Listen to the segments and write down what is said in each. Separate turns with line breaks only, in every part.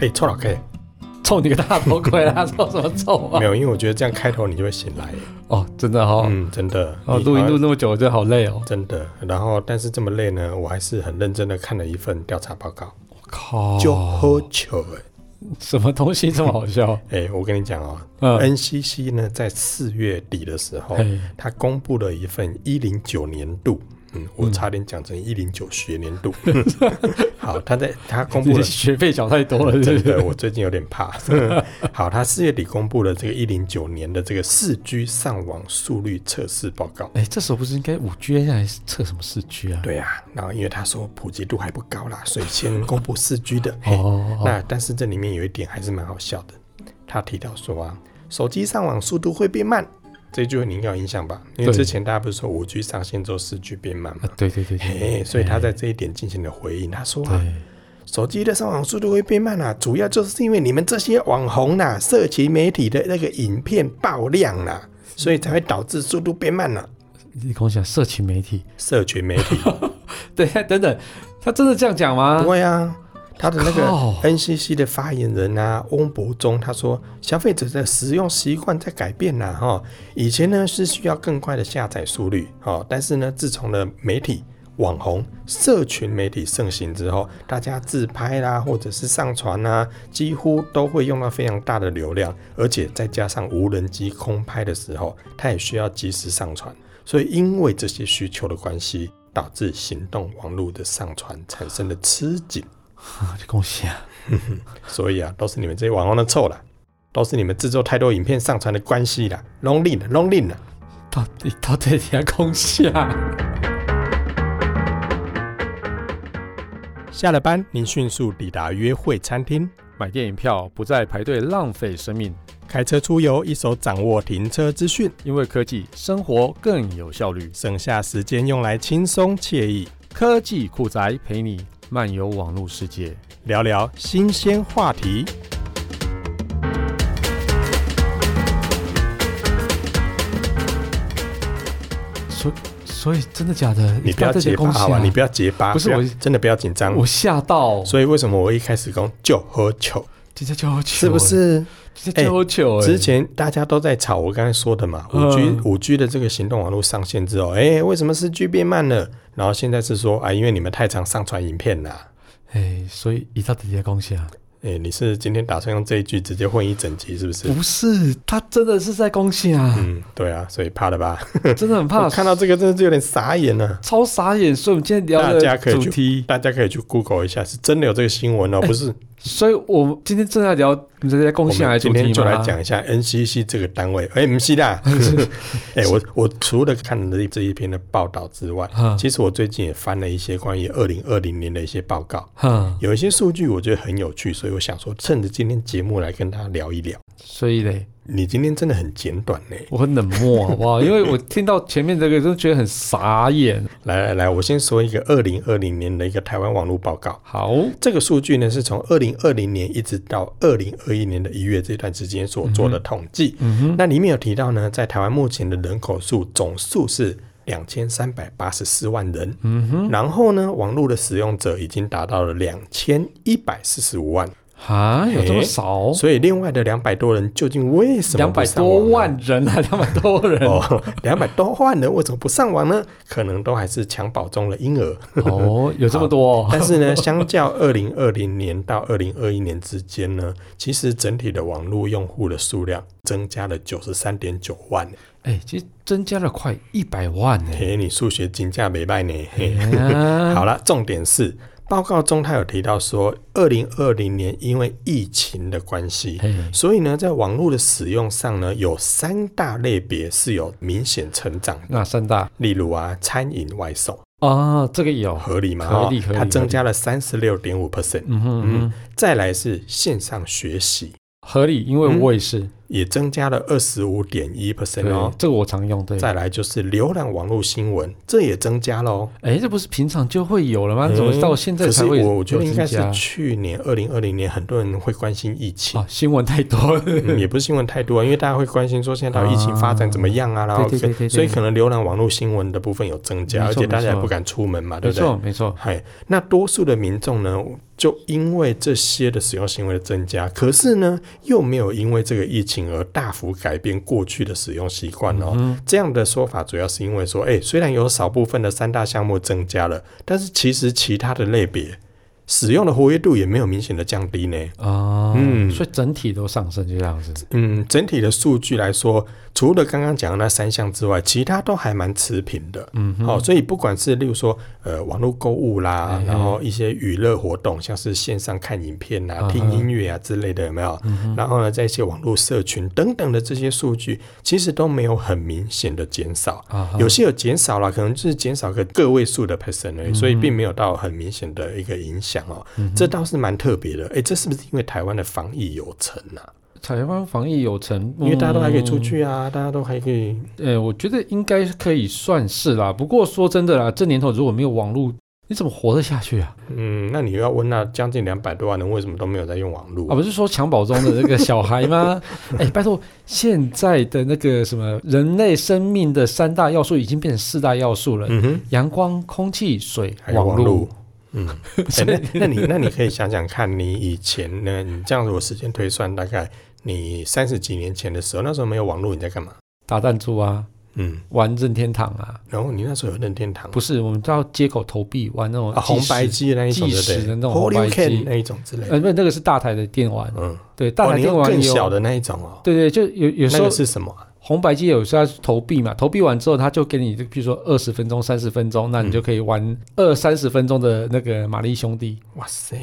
哎、臭老 K，
臭你个大头鬼啦！臭什么臭啊
没？有，因为我觉得这样开头你就会醒来。
哦，真的哦，
嗯，真的。
哦，
你
录音
好像
录那么久，我觉得好累哦。
真的。然后，但是这么累呢，我还是很认真的看了一份调查报告，
哦靠，
就喝酒哎、
什么东西这么好笑？
哎、我跟你讲哦、
嗯
n c c 呢在四月底的时候
嘿，
它公布了一份一零九年度，嗯，我差点讲成一零九学年 度。好，它在它公
你
布
的
了
学费缴太多了，是不
真
是？
的，我最近有点怕。 好，他四月底公布了这个一零九年的这个四 G 上网速率测试报告。
哎，这时候不是应该五 G 啊还是测什么四 G 啊？
对啊，然后因为他说普及度还不高啦，所以先公布四 G 的。嘿
哦，
那但是这里面有一点还是蛮好笑的，他提到说啊，手机上网速度会变慢，这句话你应该有印象吧？因为
对
之前大家不是说五 G 上线之后四 G 变慢嘛
啊，，对对对对
嘿，所以他在这一点进行了回应，他说啊，
对，
手机的上网速度会变慢啊，主要就是因为你们这些网红呐、社群媒体的那个影片爆量啦、所以才会导致速度变慢啦、
你跟我讲社群媒体，
社群媒 体，
等一下等等，他真的这样讲吗
不？会啊。他的那个
靠
NCC 的发言人啊，翁博中他说，消费者的使用习惯在改变啦、哈。以前呢是需要更快的下载速率，哦，但是呢，自从呢媒体、网红、社群媒体盛行之后，大家自拍啦，或者是上传啦、几乎都会用到非常大的流量，而且再加上无人机空拍的时候，它也需要及时上传，所以因为这些需求的关系，导致行动网络的上传产生了吃紧。
啊，就跟我讲，
所以啊，都是你们这些网红的错啦，都是你们制作太多影片上传的关系啦，弄令了，弄令了。
到底到底你要空啊下？
下了班，您迅速抵达约会餐厅，
买电影票不再排队浪费生命，
开车出游，一手掌握停车资讯，
因为科技生活更有效率。
省下时间用来轻松惬意，
科技酷宅陪你漫游网络世界。
聊聊新鲜话题。
所所以真的假的？
你不要
再
结巴
恭喜
好吧？你不要结巴，
不是
要
我
真的不要紧张。
啊我吓到，
所以为什么我一开始讲就喝酒，
直接叫我球，
是不？是？
直接叫我球、哎
之前大家都在吵我刚才说的嘛，五 G
嗯
五 G 的这个行动网络上线之后，哎、为什么四 G 变慢了？然后现在是说啊，因为你们太常上传影片啦。
哎、所以一到底在恭喜啊？
哎、你是今天打算用这一句直接混一整集是不是？
不是，他真的是在恭喜 啊！
嗯，对啊，所以怕了吧？
真的很怕
我，看到这个真的是有点傻眼了、啊。
超傻眼。所以我们今天聊
大家
的
可以
主
去
题，
大家可以去 Google 一下，是真的有这个新闻 哦，不是？
所以我们今天正在聊你们在恭
我
喜来
们
的主
今
题
天就来
吗
讲一下 NCC 这个单位。哎、不是 啦，哎、我我除了看了这一篇的报道之外，
嗯
其实我最近也翻了一些关于二零二零年的一些报告，
哼，
有一些数据我觉得很有趣，所以我想说，趁着今天节目来跟大家聊一聊。
所以嘞，
你今天真的很简短呢。
我很冷漠，好不好？因为我听到前面这个，真的觉得很傻眼。
来来来，我先说一个二零二零年的一个台湾网络报告。
好，
这个数据呢，是从二零二零年一直到二零二一年的一月这段时间所做的统计。
嗯
那里面有提到呢，在台湾目前的人口数总数是两千三百八十四万人，
嗯哼，
然后呢，网络的使用者已经达到了两千一百四十五万，
啊，有
哎
这么少？
所以另外的两百多人究竟为什么
两
不
百
上网呢
多？万人啊， 两百多人
哦，两百多万人为什么不上网呢？可能都还是襁褓中的婴儿。
哦，有这么多、哦？
但是呢，相较二零二零年到二零二一年之间呢，其实整体的网络用户的数量增加了九十三点九万。
哎、其实增加了快一百万呢、
嘿，你数学金价没败呢。嘿，
啊
好了，重点是报告中他有提到说，二零二零年因为疫情的关系。
嘿
所以呢，在网络的使用上呢，有三大类别是有明显成长的，
那三大
例如啊，餐饮外送，
啊，这个有，
合理嘛？
合理
哦
合理
它增加了三十六点五 percent。
嗯哼嗯哼，
再来是线上学习，嗯
合理，因为我也是，
也增加了二十五点一 percent
对
哦。
这个我常用。对，
再来就是浏览网络新闻，这也增加了哦。
哎，这不是平常就会有了啊吗？怎么
嗯
到现在
可是
才会有
我我觉得应该是
增加
去年二零二零年，很多人会关心疫情。
啊，新闻太多了。
嗯，也不是新闻太多啊，因为大家会关心说现在到底疫情发展怎么样啊，然后
嗯对对对对对
所以可能浏览网络新闻的部分有增加，
没
而
错
且大家也
没错
不敢出门嘛，对
没
不对？
错，没错，
嗨，那多数的民众呢，就因为这些的使用行为的增加，可是呢，又没有因为这个疫情而大幅改变过去的使用习惯哦。这样的说法主要是因为说，哎、虽然有少部分的三大项目增加了，但是其实其他的类别使用的活跃度也没有明显的降低呢。
啊，
嗯
所以整体都上升，就这样子。
嗯，整体的数据来说，除了刚刚讲的那三项之外，其他都还蛮持平的。嗯，好、所以不管是例如说，呃，网络购物啦，然后一些娱乐活动，像是线上看影片啊、听音乐啊之类的，有没有？然后呢，在一些网络社群等等的这些数据，其实都没有很明显的减少。
啊哈
有些有减少了，可能就是减少个个位数的 percent 而已，所以并没有到很明显的一个影响哦。这倒是蛮特别的。哎，这是不是因为台湾的防疫有成啊？
台湾防疫有成，
因为大家都还可以出
嗯
去啊，大家都还可以，
呃，我觉得应该可以算是啦。不过说真的啦，这年头如果没有网络，你怎么活得下去啊？
嗯，那你又要问那将近两百多万人为什么都没有在用网络？
啊，不是说襁褓中的那个小孩 吗？哎、拜托，现在的那个什么人类生命的三大要素已经变成四大要素了：
嗯哼，
阳光、空气、水、
还有网
络
络。。 嗯，哎那那你那你可以想想看，你以前呢？你这样子，我时间推算，大概你三十几年前的时候，那时候没有网络，你在干嘛？
打弹珠啊，
嗯，
玩任天堂啊，
然后你那时候有任天堂，
不是我们到街口投币玩那种、
啊、红白。机那一种，
计
对不
时
对
的那种红白
Holy Can
机
那一种之类的，
呃，不，那个是大台的电玩，
嗯，
对，大
哦
台
你
电
用
玩有，
更小的那一种哦，
对对，就有有时
那
候
个是什么啊？
红白机有时候要投币嘛，投币完之后，他就给你，比如说二十分钟、三十分钟，那你就可以玩
嗯
二三十分钟的那个《玛丽兄弟
哇塞，》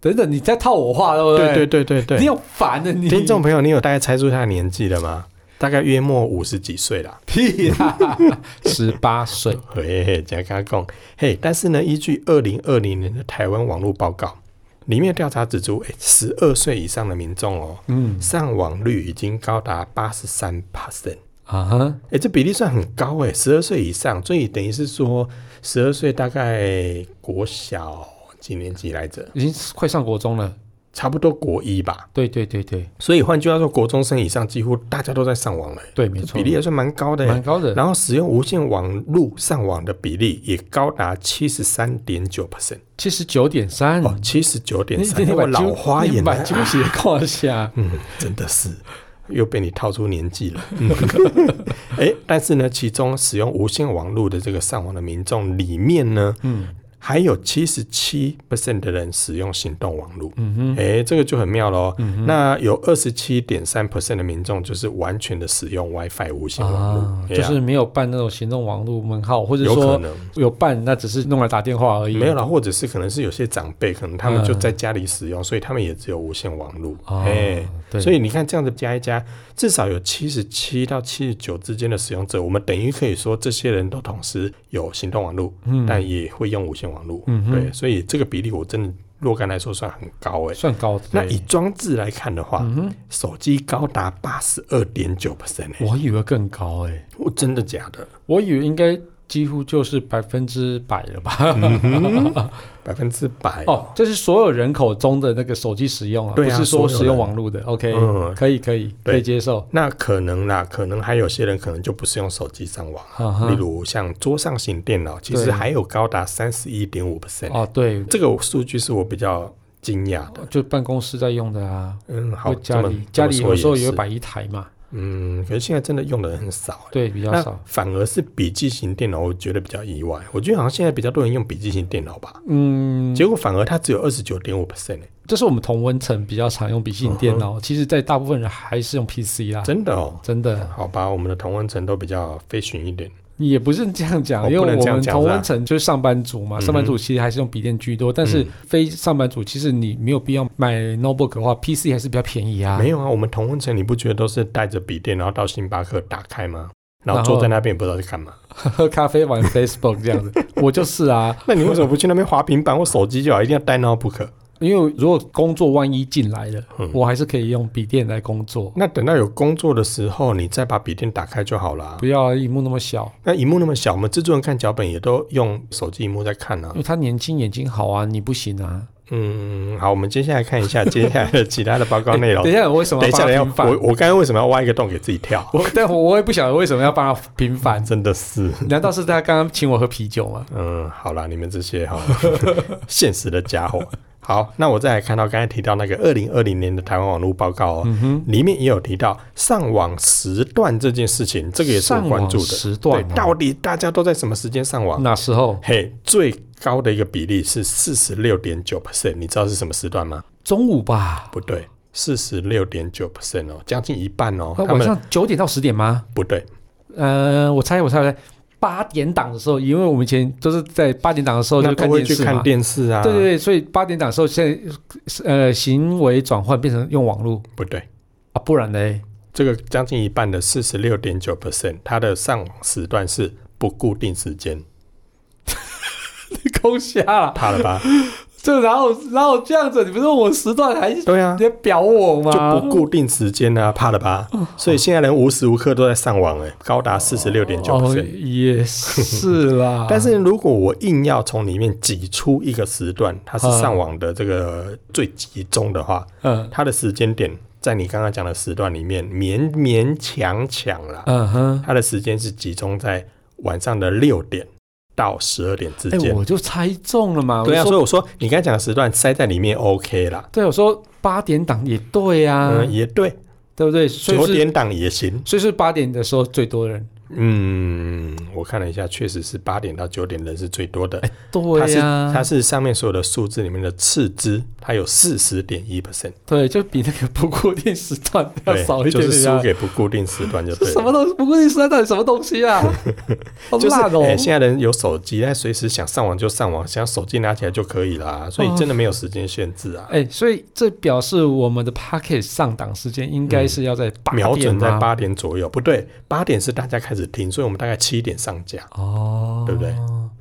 等等，你在套我话，对不
对对
对
对对对，
你好 烦的你
听众朋友，你有大概猜出他的年纪了吗？大概约莫五十几岁啦。
屁 啦，十八岁
嘿嘿，加加贡嘿，但是呢，依据二零二零年的台湾网络报告，里面调查指出，哎、十二岁以上的民众哦，嗯，上网率已经高达八十三 percent。
啊哈，
哎、这比例算很高哎、1十二岁以上，所以等于是说，十二岁大概国小几年级来着？
已经快上国中了。
差不多国一吧。
对对对对
所以换句话说，国中生以上几乎大家都在上网了、欸，
对，没
这
错，
比例还算蛮高的、欸
蛮。高的。
然后使用无线网络上网的比例也高达七十三点九 percent
七十九点三，
哦，七十九点
你
三，
你
我老花眼
把
了，。
酒血挂下
嗯，真的是又被你套出年纪了。 嗯哎、但是呢，其中使用无线网络的这个上网的民众里面呢，嗯。还有七十七 percent 的人使用行动网络，嗯哼，哎、这个就很妙喽、
嗯
那有二十七点三 percent 的民众就是完全的使用 WiFi 无线网络、
啊，
哎
就
呀
是没有办那种行动网络门号，或者
有可
说
能。
有办，那只是弄来打电话而已。
没有啦，或者是可能是有些长辈，可能他们就在家里使用，所以他们也只有无线网络。
嗯哦
哎、
对
所以你看这样子加一加，至少有七十七到七十九之间的使用者，我们等于可以说这些人都同时有行动网络，但也会用无线网络。
嗯哼
对，所以这个比例我真的若干来说算很高哎、
算高的。
那以装置来看的话，
嗯
手机高达八十二点九 percent 哎，
我以为更高哎、
我真的假的？
我以为应该几乎就是百分之百了吧？
嗯百分之百
哦，这是所有人口中的那个手机使用啊，
对
不
啊
是说使
所有
用
人
网络的。OK，、
嗯
可以可以
对
可以接受。
那可能啦，可能还有些人可能就不是用手机上网啊、
啊哈
例如像桌上型电脑，其实
对
还有高达三十一点五 percent，
哦，对，
这个数据是我比较惊讶的。
就办公室在用的啊，
嗯，好，
或家
这么
里家里有时候
这
也会，
么说
摆一台嘛，
是嗯，可是现在真的用的人很少、欸。
对，比较
那
少。
反而是笔记型电脑，我觉得比较意外。我觉得好像现在比较多人用笔记型电脑吧，
嗯，
结果反而它只有二十九点五 percent，
这是我们同温层比较常用笔记本电脑，其实，在大部分人还是用 PC 啦，
嗯真的哦。
真的。
好吧，我们的同温层都比较非寻一点。
也不是这样讲，
哦
因为
不能
我
这样
们
讲
同
是
温
吧嗯
层就是上班族嘛，上班族其实还是用笔电居多，但是非上班族其实你没有必要买 notebook 的话，PC 还是比较便宜啊。
没有啊，我们同温层你不觉得都是带着笔电，然后到星巴克打开吗？然后
然后
坐在那边也不知道在干嘛。
喝 咖啡玩 Facebook 这样子，我就是啊，
那你为什么不去那边滑平板或手机就好？一定要带 notebook？
因为如果工作万一进来了，
嗯
我还是可以用笔电来工作，
那等到有工作的时候，你再把笔电打开就好了啊、
不要荧幕那么小，
那荧幕那么小，我们制作人看脚本也都用手机荧幕在看啊
因。为他年轻眼睛好啊，你不行啊。
嗯，好，我们接下来看一下接下来的其他的报告内容
等一。下，我为什么
等一
要
下，
帮
等一下
他平，反？
我我刚刚为什么要挖一个洞给自己跳？
我 但我我也不晓得为什么要帮他平反，
真的是，
难道是他刚刚请我喝啤酒吗？
嗯，好啦，你们这些哈、 现实的家伙。好，那我再来看到刚才提到那个二零二零年的台湾网络报告
嗯
哦，里面也有提到上网时段这件事情，这个也是我
上
关
网
注的。
时
对
段，啊哦
到底大家都在什么时间上网？
那时候
嘿，最高的一个比例是四十六点九 percent，你知道是什么时段吗？
中午吧，
不对，四十六点九 percent 哦，将近一半哦。
那
他
晚
们
上九点到十点吗？
不对，
呃，我猜我猜我猜，八点档的时候，因为我们以前都是在八点档的时候
那
哦就
都
看
会
电
去
视
看
嘛。
电视啊。
对对对，所以八点档的时候，现在呃行为转换变成用网络
不对，
啊，不然 嘞，
这个将近一半的四十六点九 percent，它的上网时段是不固定时间，
空瞎了。
怕了吧？
这然后然后这样子，你不是问我时段还直
对啊，
接表我吗？
就不固定时间啊，怕了吧？
哦
所以现在人无时无刻都在上网、欸，高达四十六点九
哦，
percent。。
也是 啦
但是如果我硬要从里面挤出一个时段，它是
嗯
上网的这个最集中的话，
嗯
它的时间点在你刚刚讲的时段里面勉勉强强啦，
嗯哼，
它的时间是集中在晚上的六点到十二点之
哎、
间。
我就猜中了嘛。
对啊，
我
所以
说
我说你刚才讲的时段塞在里面 OK 啦，
对，我说八点档也对啊，
嗯，也对，
对不对？所
九
以是
点档也行。
所以是八点的时候最多人。
嗯，我看了一下，确实是八点到九点人是最多
哎
的。它
对
是
呀、
它是上面所有的数字里面的次之，它有四十点一 percent，
对，就比那个不固定时段要
对，
少一
就
点
是
点
输
啊。
给不固定时段就对了。
这什么东西？不固定时段到底什么东西啊？ 好
就是
烂哦！
哎现在人有手机，但随时想上网就上网，想手机拿起来就可以啦，所
哦
以真的没有时间限制啊，
哎、所以这表示我们的 p a c k e t 上档时间应该是要在八点吗、啊
瞄准在八点左右，不对，八点是大家开始听，所以我们大概七点上架，
哦，
对不对？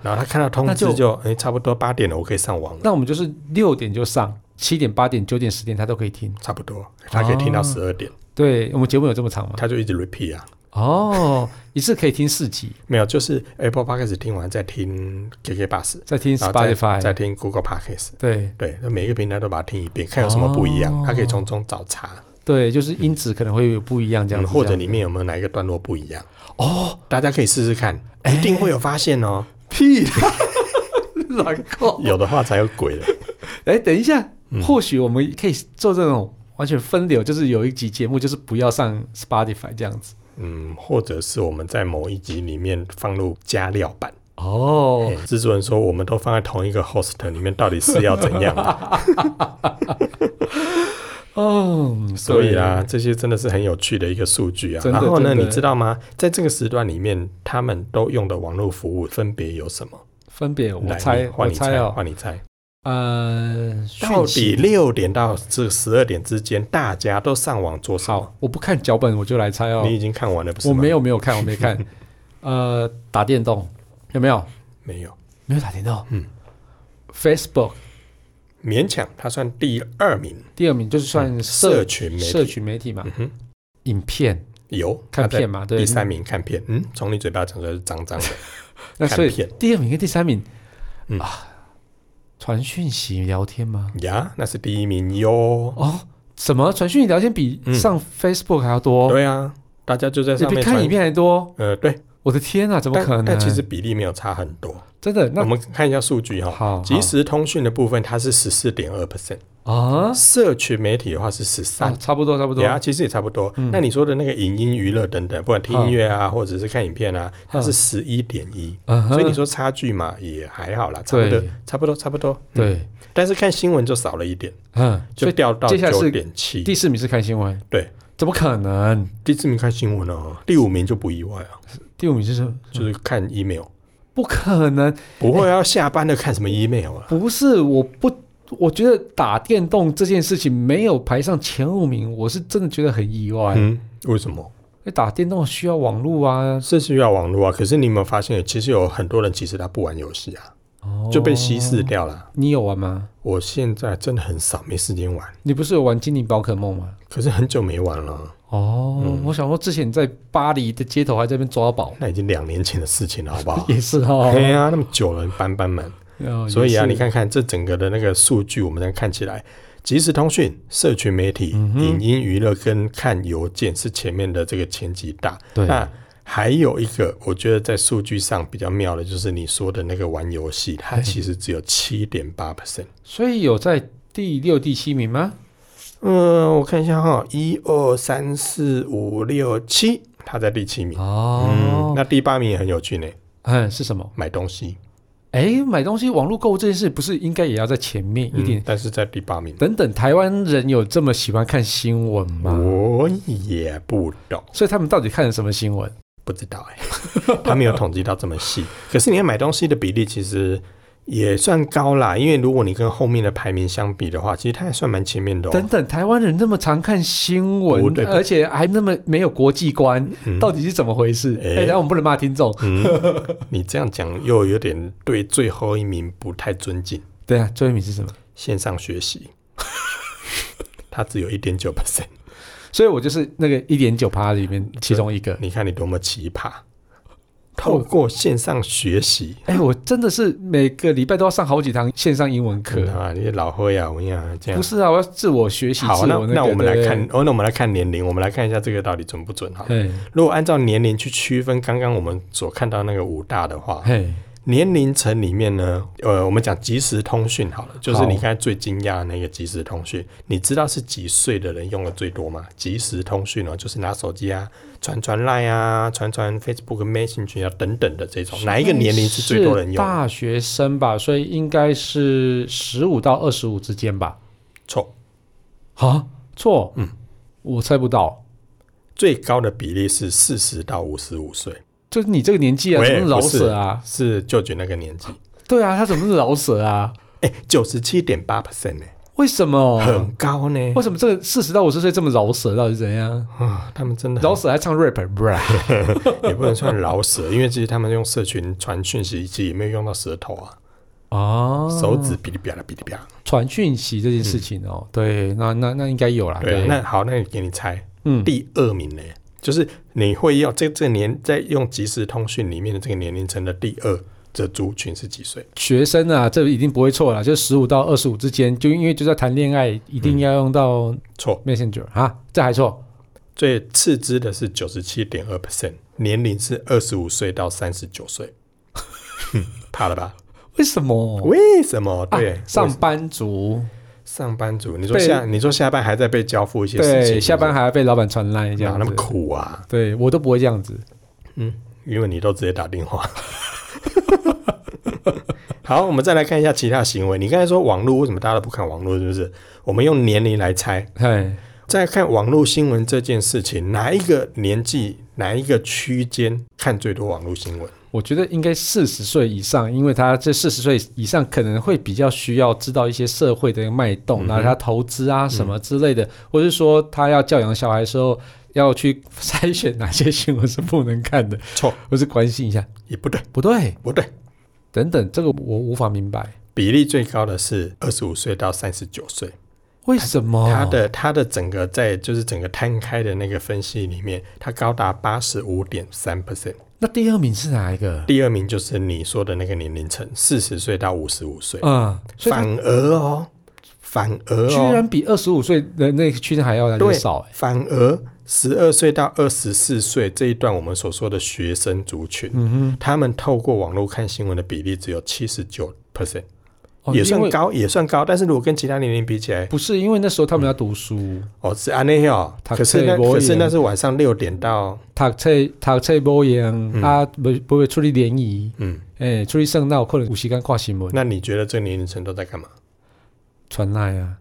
然后他看到通
那
知
就
就哎、差不多八点了，我可以上网了，
那我们就是六点就上，七点、八点、九点、十点他都可以听。
差不多，他可以听到十二点，
哦对我们节目有这么长吗？
他就一直 repeat 啊。
哦，一次可以听四集，
没有，就是 Apple Podcast 听完再听 KK Bus，
再听
然后啊再再
Spotify，
听 Google Podcast，
对
对，那每一个平台都把它听一遍，看有什么不一样，
哦
它可以从中找茬，
对，就是音质可能会有不一样这
嗯，
样子，
或者
这样
里面有没有哪一个段落不一样，
哦，哎
大家可以试试看，一定会有发现哦。
屁啦，难过。
有的话才有鬼了。
哎，等一下，
嗯
或许我们可以做这种完全分流，就是有一集节目就是不要上 Spotify 这样子。
嗯，或者是我们在某一集里面放入加料版。
哦
哎，制作人说，我们都放在同一个 host 里面，到底是要怎 样啊、
哦，
所以啊，这些真的是很有趣的一个数据啊。
真的
然后呢，
真的
你知道吗？在这个时段里面，他们都用的网络服务分别有什么？
对，分别我
来
猜
你，换
我
你猜，
哦，
换你猜。
呃，
到
讯
底
息
六点到这十二点之间，大家都上网做什么？
好，我不看脚本我就来猜哦
你，已经看完了不是
我
吗？
没有没有看，我 没看，呃，打电动有没有？
没有，
没有打电动，
嗯
，Facebook
勉强它算第二名。
第二名就是算
嗯社
社
群媒体
社群媒体嘛
嗯，哼，
影片
有
看
它在
片嘛，对
第，三名看片，嗯，从你嘴巴讲出来是脏脏的，
那所以
看片
第二名跟第三名
嗯
啊，传讯息聊天吗？
呀，那是第一名哟。
哦，什么传讯息聊天比
嗯
上 Facebook 还要多？
对啊，大家就在
哦你
上
比
面
看
传
影。片还多？
呃，对，
我的天啊，怎么
但
可能？
但其实比例没有差很多。
真的，那
我们看一下数据哈，
好
即时通讯的部分它是十四点二 percent，
好啊，
社群媒体的话是十三
啊，差不多差不多嗯
对，啊，其实也差不多。那你说的那个影音娱乐等等，不管听音乐啊，或者是看影片啊，它是十一点一，
嗯哼
所以你说差距嘛，也还好啦，差不多
对，
差不多，差不多。嗯，
对，
但是看新闻就少了一点，
嗯，所
就
以
掉到
接下来
九
是
点七。
第四名是看新闻，
对，
怎么可能？
第四名看新闻哦，第五名就不意外啊，
第五名是什么？
就是看 email。
不可能，
不会要下班了看什么 email 啊？
不是，我不，我觉得打电动这件事情没有排上前五名，我是真的觉得很意外。因
嗯，为什么？
为打电动需要网络啊，
是需要网络啊，可是你有没有发现，其实有很多人其实他不玩游戏啊，
哦
就被稀释掉了。
你有玩吗？
我现在真的很少没时间玩，
你不是有玩精灵宝可梦吗？
可是很久没玩了，
哦，我想说之前你在巴黎的街头还在那边抓宝，？
那已经两年前的事情了，好不好
也是 哦。
对呀、那么久了，搬搬们。
哦
所以啊，
也
你
是
看看这整个的那个数据，我们再看起来，即时通讯、社群媒体、
嗯
影音娱乐跟看邮件是前面的这个前几大。
对
那还有一个，我觉得在数据上比较妙的，就是你说的那个玩游戏，它其实只有七点八 percent。
所以有在第六、第七名吗？
嗯，我看一下哈，一二三四五六七，它在第七名。嗯
哦，，
那第八名也很有趣呢，
嗯，是什么？
买东西。
哎，买东西网络购物这件事，不是应该也要在前面一点？
嗯，但是在第八名，
等等，台湾人有这么喜欢看新闻吗？
我也不懂。
所以他们到底看了什么新闻？
不知 道哎、他没有统计到这么细。可是你要买东西的比例其实也算高啦，因为如果你跟后面的排名相比的话，其实它还算蛮前面的、
等
哦。
等，台湾人那么常看新闻
不对，
而且还那么没有国际观，到底是怎么回事？
哎
哎，然后我们不能骂听众，
嗯，你这样讲又有点对最后一名不太尊敬。
对啊，最后一名是什么？
线上学习， 它只有一点九 percent，
所以我就是那个一点九趴里面其中一个。
你看你多么奇葩！透过线上学习，
哎、我真的是每个礼拜都要上好几堂线上英文课。
啊，你老灰啊，我跟你讲这样
不。是啊，我要自我学习。
好，
自
那
我
那
个
我们来
对不对
看，哦，那我们来看年龄，我们来看一下这个到底准不准哈。
嘿，
如果按照年龄去区分，刚刚我们所看到那个五大的话，
嘿，
年龄层里面呢，呃，我们讲即时通讯好了，就是
好
你刚才最惊讶的那个即时通讯，你知道是几岁的人用的最多吗？即时通讯哦，就是拿手机啊，传传 Line 啊，传传 Facebook Messenger 啊等等的这种，哪一个年龄是最多人
是
用的？
大学生吧，所以应该是十五到二十五之间吧。
错，
啊，错，
嗯，
我猜不到，
最高的比例是四十到五十五岁，
就是你这个年纪啊，
喂
怎么是老
不是
舍啊？
是舅舅那个年纪，
对啊，他怎么是老舍啊？
哎，九十七点八 percent 呢，
为什么？
很高呢。
为什么这个四十到五十岁这么饶舌？到底是怎样？
啊，他们真的很
饶舌还唱 rap，不然
也不能算老舍，因为其实他们用社群传讯息，其实也没有用到舌头啊，
啊，
手指哔哩哔啦哔哩哔啦。
传讯息这件事情哦，对，那那那应该有啦。
对，那好，那你给你猜
嗯，
第二名呢？就是你会要这这年在用即时通讯里面的这个年龄层的第二的族群是几岁？
学生啊，这一定不会错啦，就十五到二十五之间，就因为就在谈恋爱，一定要用到
错，
Messenger、啊，这还错。
最次之的是九十七点二 percent，年龄是二十五岁到三十九岁， 哼怕了吧？
为什么？
为什么？
哦啊
对，
上班族，
上班族，你说
被
下你说下班还在被交付一些事情，是不
对，
是
下班还要被老板传赖这
哪
样
那么
子，
苦啊？
对我都不会这样子。
嗯，因为你都直接打电话。 好，我们再来看一下其他行为。你刚才说网络为什么大家都不看网络，是不是？我们用年龄来猜，
哎，
再看网络新闻这件事情，哪一个年纪、哪一个区间看最多网络新闻？
我觉得应该四十岁以上，因为他这四十岁以上可能会比较需要知道一些社会的脉
嗯
动，然后他投资啊什么之类的，或是说他要教养小孩的时候要去筛选哪些新闻是不能看的，
错，
或是关心一下。
也不对，
不对，
不对，
等等，这个我无法明白，
比例最高的是二十五岁到三十九岁。
为什么？
它的它的整个在就是整个摊开的那个分析里面，它高达八十五点三 percent。
那第二名是哪一个？
第二名就是你说的那个年龄层，四十岁到五十五岁，
嗯，所以
反
他
而哦，反而
居
哦，
然比二十五岁的那个区间还要来
对
的少、欸，
反而十二岁到二十四岁这一段我们所说的学生族群，他们透过网络看新闻的比例只有七十九 percent，
哦
也算。
因为
高，也算高。但是如果跟其他年龄比起来，
不是因为那时候他们要读书，
哦，是安内哦，
读
可是那
册无
可是
闲
那是晚上六点到，
读册读册无用，啊，不不会出去联谊，
嗯，
诶、出去上闹，可能有时间看新闻，
那你觉得这个年龄层都在干嘛？
传爱啊，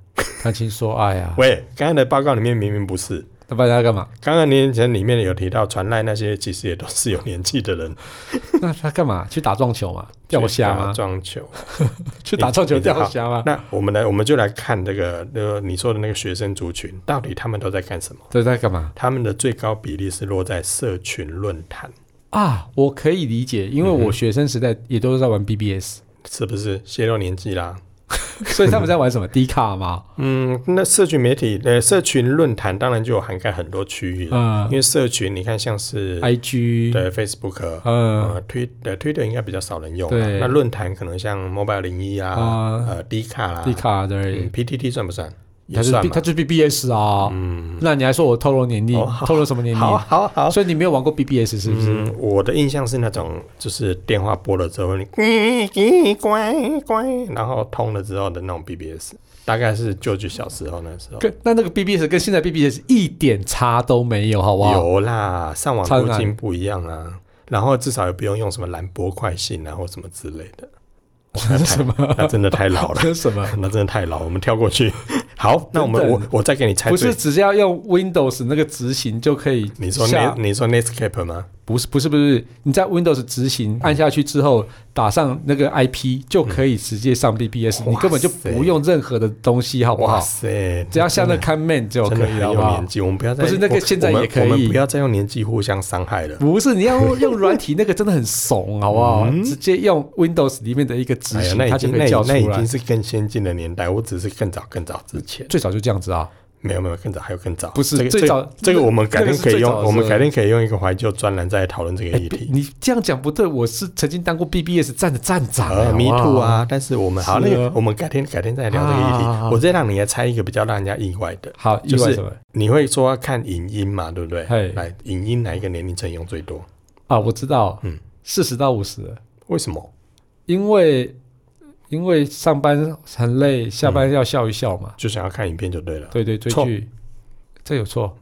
谈情说爱啊，
喂，刚才的报告里面明明不是。
那不然要干嘛？
刚刚年龄层里面有提到传赖那些，其实也都是有年纪的人
那他干嘛？去打撞球嘛，钓虾
去打
嘛，
撞球。
去打撞球
你知道
钓虾嘛，
那我们来，我们就来看这个，呃，你说的那个学生族群，到底他们都在干什么？
这在干嘛
他们的最高比例是落在社群论坛，嗯
啊？我可以理解，因为我学生时代也都是在玩 BBS，
是不是泄露年纪啦？
所以他们 在玩什么低卡吗？
嗯，那社群媒体呃，社群论坛当然就有涵盖很多区域了，
嗯
因为社群你看像是
，IG，
对 Facebook。
嗯
呃，推呃推特应该比较少人用啊，
对
那论坛可能像 Mobile 零一啊，
啊
呃 D 卡啦
低卡对
嗯，，PTT 算不算？也
它就是
算
B，
嘛
它。就是 BBS 啊。
嗯，
那你还说我透露年龄
哦，好
透露什么年
好
龄？
好好，
所以你没有玩过 BBS 是不是？
嗯，我的印象是那种，就是电话拨了之后，你叽叽乖乖，然后通了之后的那种 BBS，大概是舅舅小时候那时候。
跟那那个 BBS 跟现在 BBS 一点差都没有，好不 好？
有啦，上网
超
途
难
径不一样啊，然后至少也不用用什么兰博快信啊或什么之类的。哇
什么？
那真的太老了，
跟什么？
那真的太老，我们跳过去。好，那我们
真的
我我再给你猜
不
最，
是只是要用 Windows 那个执行就可以
你说
下
Net 你说 Netscape 吗？
不是不是不是，你在 Windows 执行
嗯
按下去之后，打上那个 IP 就可以直接上 BBS，、
嗯哇
你根本就不用任何的东西，好不
哇
好？
塞，
只要下那
真的
个 Command 就
真
可
的
以
很
了，好
有
不好
年？纪，我们不要再
不是那个
我
现在
我们
也可以
我们不要再用年纪互相伤害了。
不是，你要用用软体那个真的很怂，好不好？
嗯
直接用 Windows 里面的一个执
哎呀，
行，
那已
它就
经
可
那
以
已
叫出
那已
来
经。是更先进的年代，我只是更早更早之前，
最早就这样子啊，
没有没有更早还有更早，
不是
这个
最
这个
早
这个我们改
那
天
个是
可以
最
用，
早的
我们
时候
改天可以用一个怀旧专栏再来讨论这个议题。
哎你这样讲不对，我是曾经当过 BBS 站的站长、哎
呃
好
，me
不好
too 啊，但是我们好，
是啊
那个我们改天改天再聊这个议
啊啊啊
题。我再让你来猜一个比较让人家意外的，
好，意
就
外
是
什么？
你会说要看影音嘛，对不对
嘿？
来，影音哪一个年龄层用最多？
啊，我知道，
嗯
四十到五十，
为什么？
因为因为上班很累，下班要笑一笑嘛。
就想要看影片就对了。
对对，追
嗯错
剧，这有错？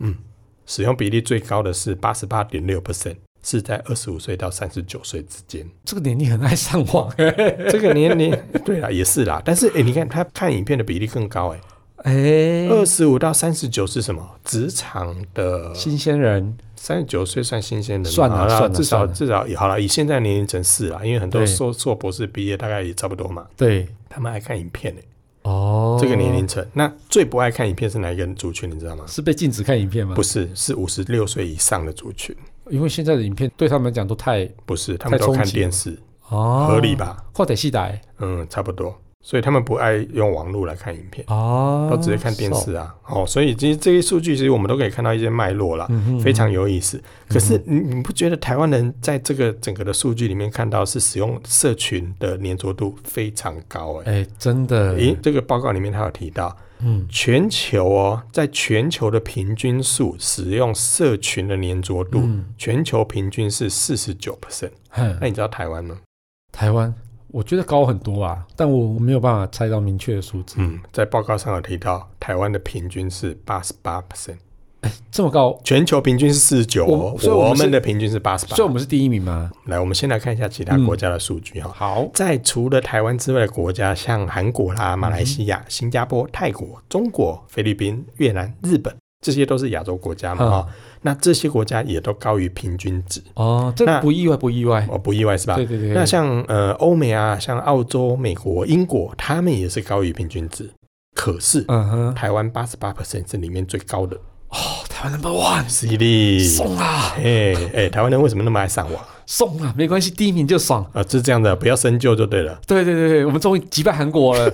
使用比例最高的是八十八点六 percent，是在二十五岁到三十九岁之间。
这个年龄很爱上网，
这个年龄， 对啦，也是啦。但是，哎、你看他看影片的比例更高、诶
哎
哎，，二十五到三十九是什么？职场的
新鲜人，
三十九岁算新鲜人吗，
算了
好啦
算了
至少
算了
至少也好了。以现在年龄层是啦，因为很多
对
硕硕博士毕业大概也差不多嘛，
对，
他们爱看影片、诶
哦，
这个年龄层。那最不爱看影片是哪一个族群？你知道吗？
是被禁止看影片吗？
不是，是五十六岁以上的族群，
因为现在的影片对他们来讲都太
不是，他们
太
都看
冲击了
电视，
哦
合理？吧？
或者戏歹
嗯，差不多。所以他们不爱用网络来看影片，
哦，
都直接看电视啊。哦，所以其实这些数据，其实我们都可以看到一些脉络啦，
嗯哼，嗯
非常有意思。可是你你不觉得台湾人在这个整个的数据里面看到是使用社群的粘着度非常高、欸？
哎，真的，
诶、这个报告里面他有提到，
嗯，
全球哦，在全球的平均数使用社群的粘着度，
嗯
全球平均是四十九 percent。
哼
那你知道台湾吗？
台湾我觉得高很多啊，但我我没有办法猜到明确的数字。
嗯，在报告上有提到，台湾的平均是八十八 percent，
这么高，
全球平均是四十九，哦
我
我
哦所以我们是
们的平均是八十八
所以。我们是第一名吗？
来，我们先来看一下其他国家的数据哈。
好，
在除了台湾之外的国家，像韩国啦、马来西
嗯
亚、新加坡、泰国、中国、菲律宾、越南、日本，这些都是亚洲国家嘛
嗯
哈、那这些国家也都高于平均值，
哦，这
那
不意外，不意外。
我哦不意外是吧？
对对对，
那像呃欧美啊，像澳洲、美国、英国，他们也是高于平均值，可是。
嗯哼，
台湾八十八 percent 是里面最高的
哦，台湾 number one，
，C D。
送啊
哎哎，台湾人为什么那么爱上网
送啊，没关系，第一名就爽。
啊？是这样的，不要深究就对了。
对对对对，我们终于击败韩国了。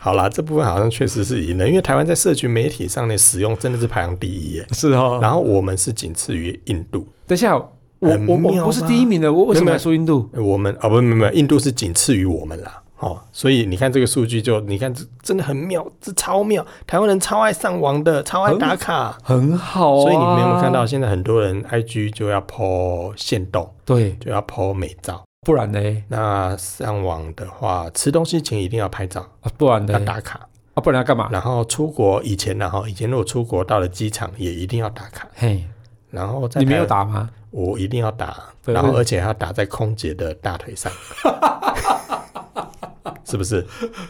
好啦，这部分好像确实是赢了，因为台湾在社群媒体上的使用真的是排行第一耶。
是哦，
然后我们是仅次于印度，
等一下，我
很
我
妙
我不是
吧
第一名了，我为什
没
么
有
要输印度？
我们啊、不，没有没有，印度是仅次于我们啦。哦，所以你看这个数据就，你看这真的很妙，这超妙，台湾人超爱上网的，超爱打卡。
很好啊，
所以你们有没有看到，现在很多人 IG 就要 po 限动，
对，
就要 po 美照。
不然呢？
那上网的话，吃东西前一定要拍照，
啊，不然
要
呢？
打卡。
啊，不然要干嘛？
然后出国以前呢，哈，以前如果出国到了机场也一定要打卡。
嘿，
然后在
你没有
台湾，
打吗？
我一定要打，
对
然后
对
而且还要打在空姐的大腿上， 是不是？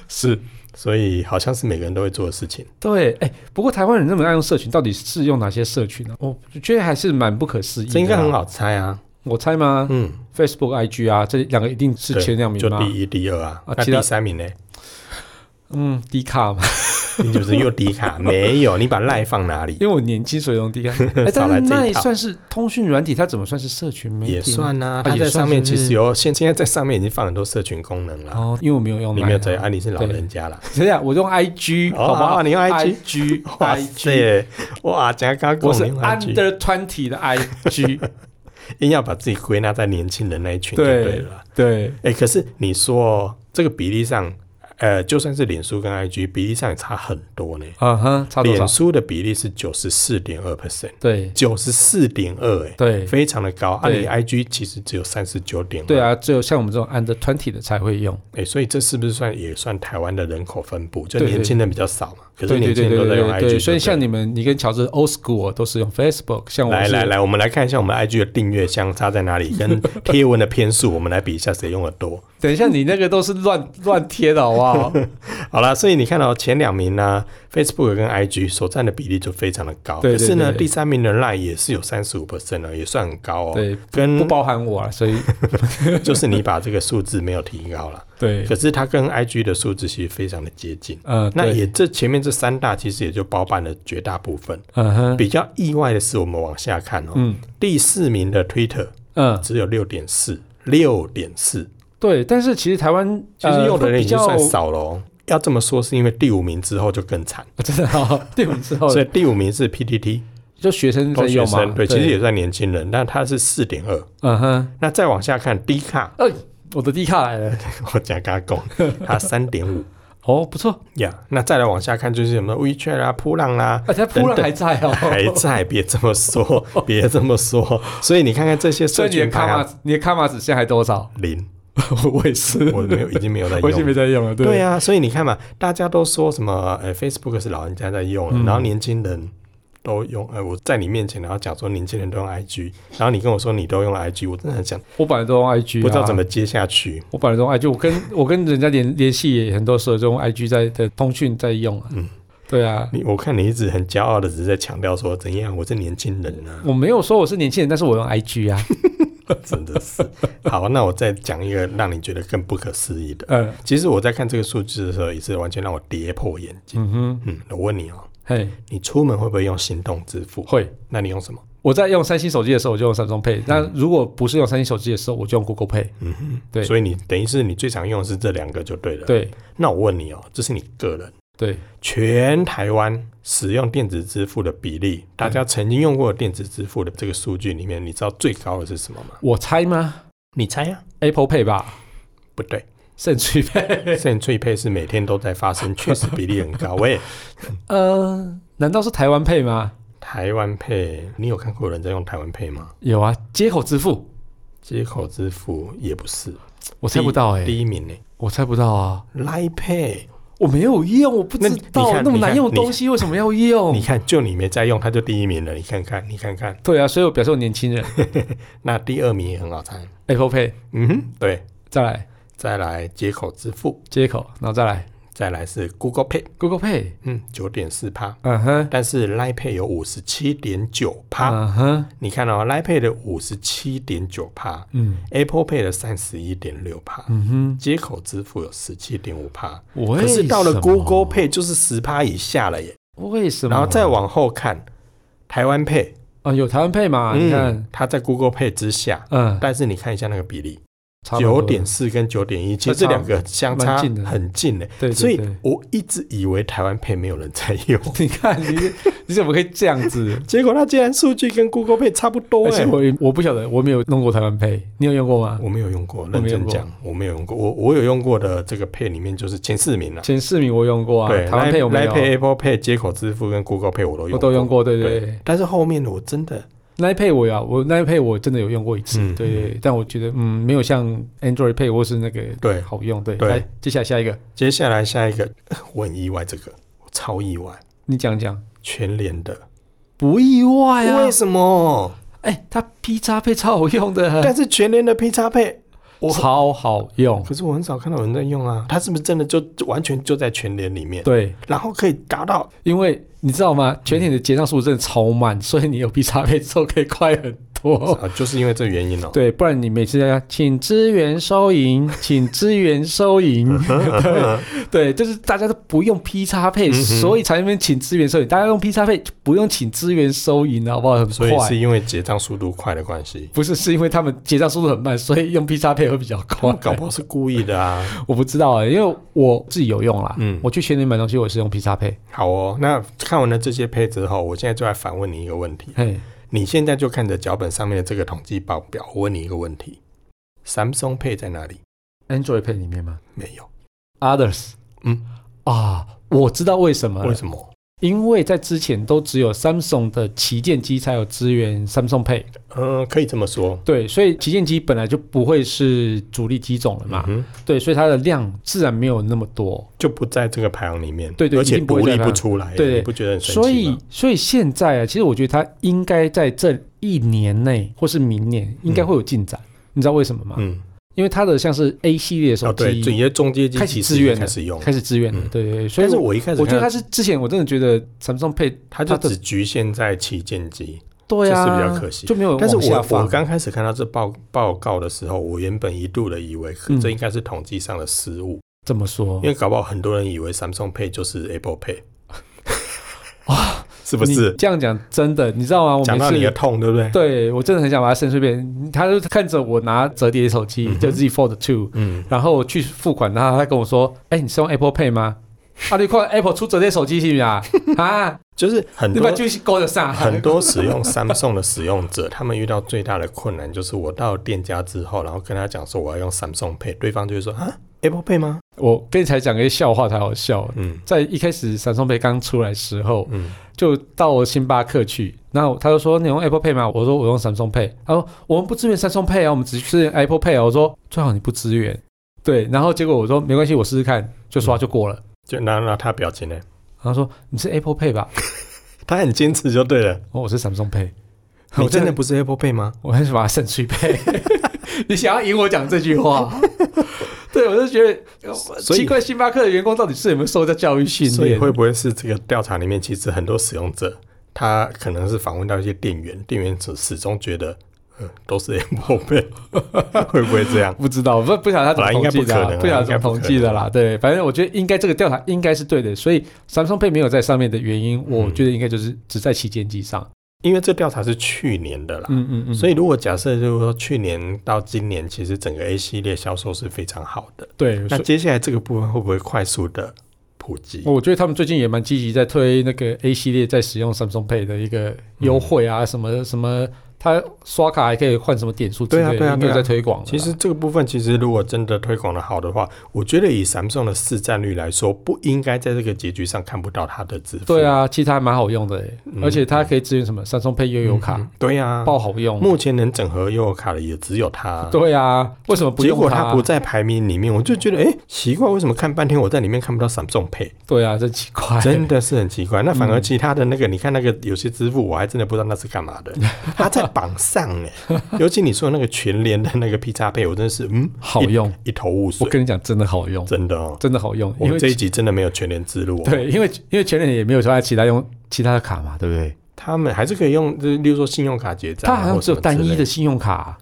是，所以好像是每个人都会做的事情。
对，哎，不过台湾人那么爱用社群，到底是用哪些社群呢？我觉得还是蛮不可思议。啊
这应该很，好猜啊，
我猜吗
嗯，
？Facebook、IG 啊，这两个一定是
对
前两名
就
吗？
第一、第二啊
啊，
那
其他
第三名呢？
嗯，低卡嘛，
你就是用迪卡，没有，你把赖放哪 里？
因为我年轻所以用 D 卡，哎，
少
但
来
是
这一
那也
套
算是通讯软体，它怎么算是社群媒体？
也算啊，
啊
它
也
在
算
上面
是
其
不是
实有现现在在上面已经放很多社群功能了。
哦，因为我没有用
你
Line 啊，
没有这啊？你是老
对
人家啦。
等一下，我用 IG，
哦
好不
啊
好？
你用
IG，
哇
IG，
塞，哇，加刚
我
跟我
是
们用 IG，
Under Twenty 的 IG，
硬要把自己归纳在年轻人那一群就
对
对了。
对，
哎、可是你说哦这个比例上，呃，就算是脸书跟 IG 比例上也差很多呢。
啊哈，差多少
脸？书的比例是九十四点二 percent，
对
九十四点二，哎，
对
非常的高。啊，
对
你 IG 其实只有三十九点，
对，啊，只有像我们这种 Under Twenty 的才会用。
哎、所以这是不是算也算台湾的人口分布？就
对对
年轻人比较少嘛，可是
对
年
对
轻人
对对
都在用
对
IG，
对，
就
所以
对
像
了
你们，你跟乔治 Old School 都是用 Facebook，像我
来
是
来来，我们来看一下我们 IG 的订阅相差在哪里，跟贴文的篇数，我们来比一下谁用的多。
等一下，你那个都是乱乱贴的好 不好？
好了，所以你看到、前两名呢、f a c e b o o k 跟 IG 所占的比例就非常的高，
对对
可是呢，
对
第三名的 Line 也是有三十五 percent 了，也算很高哦。
对，
跟
不包含我啊，所以
就是你把这个数字没有提高了，
对，
可是它跟 IG 的数字其实非常的接近。
呃，
那
对，
也这前面这三大其实也就包办了绝大部分。
嗯哼，
比较意外的是，我们往下看哦，
嗯
第四名的 Twitter
嗯，
只有六点四，六点四，
对，但是其实台湾
其实
呃
用的人已经
会比较
算少了、哦。要这么说，是因为第五名之后就更惨，
啊真的啊，对，我们之后
所以第五名是 PTT
就学生在
中哦学
用嘛
生，，对，其实也算年轻人，但他是四点二。
嗯哼，
那再往下看 D 卡，
呃，我的 D 卡来了，
我讲跟他讲，他三点五
哦，不错，
呀。那再来往下看，就是什么 WeChat 啊啦、扑浪啦、
而且
等
哎突然
等
还在哦，
还在，别这么说， 别这么说。所以你看看这些
所
社
以你的
群
卡
排行
码，你的卡码指现在还多少？
零，
我也是，
我没有已经没有在
我已经
用
没
了。
在用了，
对
呀，
啊，所以你看嘛，大家都说什么，呃，Facebook 是老人家在用，
嗯
然后年轻人都用，呃，我在你面前，然后讲说年轻人都用 IG，然后你跟我说你都用 IG，我真的很想
我本来都用啊 IG，
不知道怎
么。
么接下去。
我本来都用 IG，我跟我跟人家联联系也很多时候就用 IG 在的通讯在用啊。
嗯
对啊，
你我看你一直很骄傲的，只是在强调说怎样，我是年轻人啊，
我没有说我是年轻人，但是我用 IG 啊。
真的是。好，那我再讲一个让你觉得更不可思议的。
嗯
其实我在看这个数字的时候，也是完全让我跌破眼镜。
嗯哼，
嗯，我问你哦，
嘿，
你出门会不会用行动支付？
会。
那你用什么？
我在用三星手机的时候，我就用三 a m Pay；那如果不是用三星手机的时候，我就用 Google Pay。
嗯哼，
对
所以你等于是你最常用的是这两个就对了。，
对
那我问你哦，这是你个人，
对，
全台湾使用电子支付的比例，大
嗯
家曾经用过的电子支付的这个数据里面，你知道最高的是什么吗？
我猜吗
你猜呀、
？Apple Pay 吧，
不对，
甚 至 Pay。
现翠配是每天都在发生，确实比例很高。喂，
呃，难道是台湾 Pay 吗？
台湾配，你有看过有人在用台湾配吗？
有啊，接口支付，
接口支付也不是，
我猜不到哎、
第一名呢、
我猜不到啊，
来 Pay，
我没有用，我不
那
知
你
道
看
那么
你看
难用
你
的东西为什么要用
你？看，就你没在用，它就第一名了。你看看，你看看，
对啊，所以我表示我年轻人。
那第二名也很好猜。
Apple Pay，
嗯哼，对，
再来
再来接口支付，
接口，然后再来
再来是 Google Pay，
Google Pay。
嗯，九点四趴，
嗯哼，
但是 Line Pay 有五十七点九趴。
嗯哼，
你看哦，Line Pay 的五十七点九趴
嗯
，Apple Pay 的三十一点六趴，
嗯哼，
接口支付有十七点五趴。
我
可是到了 Google Pay 就是十趴以下了耶，
为什么？
然后再往后看，台湾 Pay，
啊，有台湾 Pay 嘛？
嗯
你看，
它在 Google Pay 之下，
嗯，
但是你看一下那个比例，
差不多
九点四跟九点一，其实这
差
两个相差
蛮近的
很近的，
对对
所以
对
我一直以为台湾 Pay 没有人在 用，？
你看你你怎么可以这样子
结果它竟然数据跟 Google Pay 差不多
而
哎
且。我我不晓得，我没有弄过台湾 Pay，你有用过吗？
我没有用过，
啊我
认
没用
真
过
讲，我没有用过。我我有用过的这个 Pay 里面就是前四名了、啊
前四名我用过啊，
对，
台湾 Pay 有没
Line Pay、
有？
Apple Pay、接口支付跟 Google Pay 我都用，
我都用。过，对对
对
对。
但是后面的我真的
Line Pay 我有，啊我 Line Pay 我真的有用过一次
嗯，
对对对。但我觉得嗯，没有像 Android Pay 或是那个
对
好用，对。
对
来，接下来下一个，
接下来下一个，我很意外，这个我超意外，
你讲讲。
全联的，
不意外啊
为。什么？
哎、它 P 叉配超好用的，
但是全联的 P 叉配，我
超好用。
可是我很少看到有人在用啊，它是不是真的就就完全就在全联里面？，
对，
然后可以达到
因为你知道吗？全体的结账速度真的超慢，所以你有 P 叉配之后可以快很多。
啊，嗯就是因为这原因哦。
哦对，不然你每次要请支援 收银，请支援收银，
嗯
对对，就是大家都不用劈叉配，
嗯哼
所以才那边请支援收银。大家用劈叉配，就不用请支援收银了，好不好？很
所以是
快，
因为结账速度快的关系，
不是是因为他们结账速度很慢，所以用劈叉配会比较快。
搞不好是故意的啊。
我不知道啊、因为我自己有用啦。
嗯
我去全年买东西，我是用劈叉配。
好哦，那看完了这些配置后，我现在就来反问你一个问题：
嘿，
你现在就看着脚本上面的这个统计报表，我问你一个问题：Samsung Pay 在哪里？
Android Pay 里面吗
没有，
？Others，
嗯
啊，我知道为什么了，
为什么？
因为在之前都只有 Samsung 的旗舰机才有支援 Samsung Pay，
嗯、可以这么说。
对，所以旗舰机本来就不会是主力机种了
嗯
嘛，
哼，
对，所以它的量自然没有那么多，
就不在这个排行里面，
对对
而且
一定不
独
会在
立
排行
不出来，
对对
你不觉得很神奇吗？
所以所以现在啊，其实我觉得它应该在这一年内或是明年应该会有进展，你知道为什么吗？
嗯，
因为它的像是 A 系列
哦，
手
对，这
机
些中阶机
开
其
始
实
支
也
援了，
开始用了，
开始支援了，
嗯
对对对，所以
但是我一开始
我觉得它
看
是之前我真的觉得 Samsung Pay
它就
它的
只局限在旗舰机，
对啊，
这是比较可惜
就没有
但是
往下
我
放
我刚开始看到这报报告的时候，我原本一度的以为可
嗯
这应该是统计上的失误，
这么说
因，为搞不好很多人以为 Samsung Pay 就是 Apple Pay，哇， 是不
你
是？
这样讲真的，你知道吗？我
讲
每
到你的
次
痛，对不对？
对我真的很想把它伸出边，他就看着我拿折叠手机，
嗯哼
就 Z Fold Two，
嗯，
然后我去付款，然后他跟我说：“哎、你是用 Apple Pay 吗？”啊，你看 Apple 出折叠手机是不 是啊？啊，
就是很
你
多
把就是勾着上，
很多使用 Samsung 的使用者，他们遇到最大的困难就是，我到店家之后，然后跟他讲说我要用 Samsung Pay，对方就会说啊 Apple Pay 吗？
我跟你才讲个笑话才好笑。
嗯
在一开始 Samsung Pay 刚出来的时候，
嗯，
就到星巴克去，然后他就说你用 Apple Pay 吗？我说我用 Samsung Pay。他说我们不支援 Samsung Pay 啊，我们只支援 Apple Pay 啊。我说最好你不支援。对，然后结果我说没关系，我试试看，就刷就过了。
就拿拿他表情呢，
然后说你是 Apple Pay 吧？
他很坚持就对了。
我说我是 Samsung Pay。
你
我
真的不是 Apple Pay 吗？
我很想把它肾去配。 你想要赢我讲这句 话？对，我就觉得呃
所以
奇怪，星巴克的员工到底是有没有受到教育训
所以
练？
会不会是这个调查里面，其实很多使用者他可能是访问到一些店员，店员始始终觉得，呃，都是 Apple Pay，会不会这样？
不知道，不不晓得他怎
本
么
来应该
统计的、
不可能啊
不晓得怎么统计的
应该
啦。对，反正我觉得应该这个调查应该是对的，所以 Samsung Pay 没有在上面的原因，
嗯
我觉得应该就是只在旗舰机上。
因为这调查是去年的啦，
嗯嗯嗯，
所
以
以如果假设就是说去年到今年，其实整个 A 系列销售是非常好的，
对，
那
所以
接下来这个部分会不会快速的普及？
我觉得他们最近也蛮积极在推那个 A 系列在使用 Samsung Pay 的一
嗯
个优惠啊，什么什么，他刷卡还可以换什么点数之类的，
对啊对啊
应该
对
有
啊
在推广的啦。
其实这个部分，其实如果真的推广的好的话，我觉得以 Samsung 的市占率来说，不应该在这个结局上看不到它的支付。
对，啊，其实还蛮好用的欸、
嗯
而且它可以支援什么三松配悠游卡，
嗯对啊，
爆好用。
目前能整合悠游卡的也只有它。
哦对啊，为什么不
结
用
果它不在排名里面，我就觉得哎、诶奇怪，为什么看半天我在里面看不到 Samsung Pay，
对啊，真奇怪。
真的是很奇怪。那反而其他的那个，你看那个有些支付，我还真的不知道那是干嘛 的。它在榜上哎、尤其你说那个全联的那个 P 叉配，我真的是嗯，
好用，
一头雾
我
水，
跟你讲，真的好用，
真的哦。
真的好用。
我
因为
们这一集真的没有全联之路、哦，
对，因为因为全脸也没有说它其他用其他的卡嘛，对不对？
他们还是可以用，就是例如说信用卡结账
它
啊，
好像
或
只
什
有
么之类
单一的，信用卡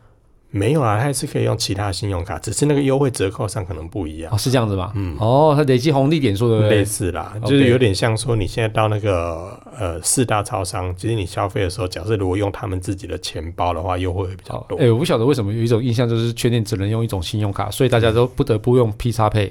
没有啊，它还是可以用其他信用卡，只是那个优惠折扣上可能不一样
哦，，是这样子吗？
嗯
哦，它累积红利点数，对不
类
对？
似啦，
OK
就是有点像说你现在到那个呃四大超商，其实你消费的时候，假设如果用他们自己的钱包的话，优惠会比较
哦，
多
哎、。我不晓得为什么有一种印象就是全脸只能用一种信用卡，所以大家都不得不用 P 叉 配。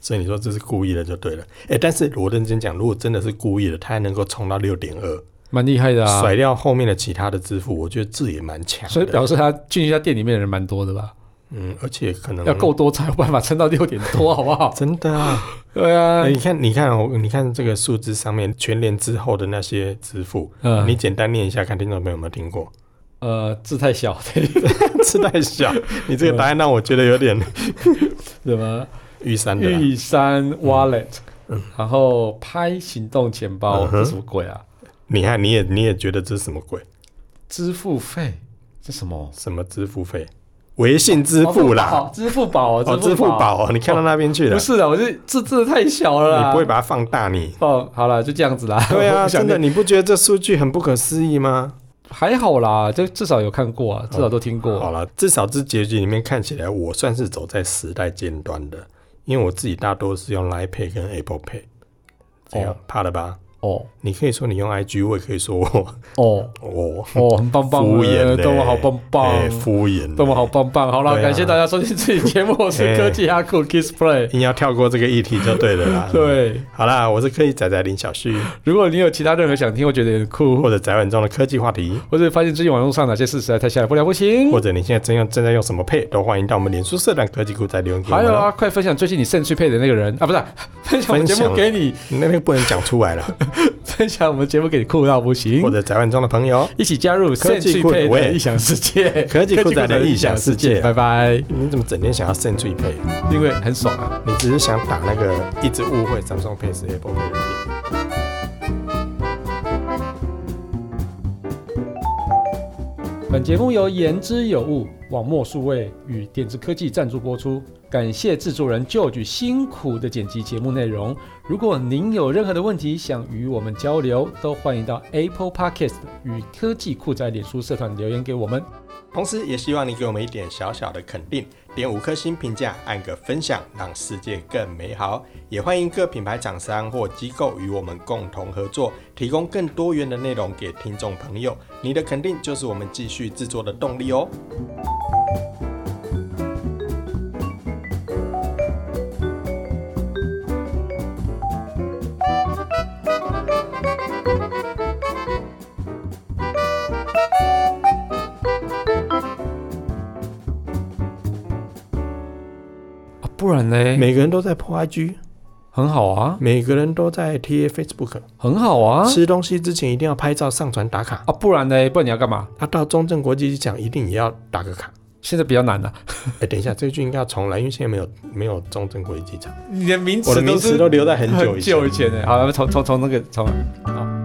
所以你说这是故意的就对了。哎，但是我认真讲，如果真的是故意的，它还能够冲到六点二，
蛮厉害的啊。
甩掉后面的其他的支付，我觉得这也蛮强
所以
的。
表示他进去他店里面的人蛮多的吧？
嗯，而且可能
要够多才有办法撑到六点多，好 不好？
真的啊。
对啊
哎，你看，你看哦，你看这个数字上面全联之后的那些支付，
嗯
你简单念一下，看听众朋友有没有听过？
呃，字太小，
字太小，你这个答案让我觉得有点
什么
玉山的啦。啊
玉山
嗯
Wallet，、然后拍行动钱包，
嗯哼
这什么鬼啊？
你看，你也你也觉得这是什么鬼？
支付费这什么？
什么支付费？微信支付啦，
哦，支付宝
哦，
哦，
支付宝哦，你看到那边去了
不，是的，我是字字太小了啦，
你不会把它放大你？
哦？好了，就这样子啦。
对
我
啊，
不想
真的，
念，
你不觉得这数据很不可思议吗？
还好啦，就至少有看过
哦
啊，至少都听过。
好了，至少这结局里面看起来，我算是走在时代尖端的，因为我自己大多是用 Line Pay 跟 Apple Pay，这样、
哦
怕了吧？
哦
你可以说你用 IG，我也可以说我
哦
我
哦，很棒棒，
敷衍
呃
嘞
动物好棒
哎
棒，
敷衍，
动物好，棒棒。好了，
对啊
感谢大家收听这期节目，我是
哎
科技阿酷 Kiss Play。。，
硬要跳过这个议题就对了啦
对，
好啦，我是科技仔仔林小旭，
如果你有其他任何想听，我觉得有点酷，
或者宅稳中的科技话题，
或者发现最近网络上哪些事实在太下来不了不行，
或者你现在正用正在用什么配，都欢迎到我们脸书社团科技股仔留言给我
还
们
有
哦。
啊，快分享最近你肾去配的那个人啊，不是啊分享我们节目给你，
那那个不能讲出来 了，
分享我们节目给你酷到不行
或，者宅稳中的朋友，
一起加入肾
科技
去
酷
配的
喂
异想世 界，
科技酷仔的异想世界
拜拜，
你怎么整天想要胜出一配？
因为很爽啊。
你只是想打那个一直误会 Samsung Pay 是 Apple Pay 的脸。
本节目由言之有物、网墨数位与点子科技赞助播出，感谢制作人 George 辛苦的剪辑节目内容。如果您有任何的问题想与我们交流，都欢迎到 Apple Podcast 与科技酷宅脸书社团留言给我们。
同时，也希望你给我们一点小小的肯定，点五颗星评价，按个分享，让世界更美好。也欢迎各品牌厂商或机构与我们共同合作，提供更多元的内容给听众朋友。你的肯定就是我们继续制作的动力哦。
啊、不然嘞，
每个人都在破 IG，
很好啊，
每个人都在贴 Facebook，、
很好啊，
吃东西之前一定要拍照上传打卡。
啊，不然嘞，不然你要干嘛？
啊，到中正国际机场一定也要打个卡。
现在比较难啊了、
哎、等一下，这句应该要重来，因为现在没有没有中正国际机场，
你的名
我的名词都留在很久
很
以前
久以。前呢。好，从从从那个从，好。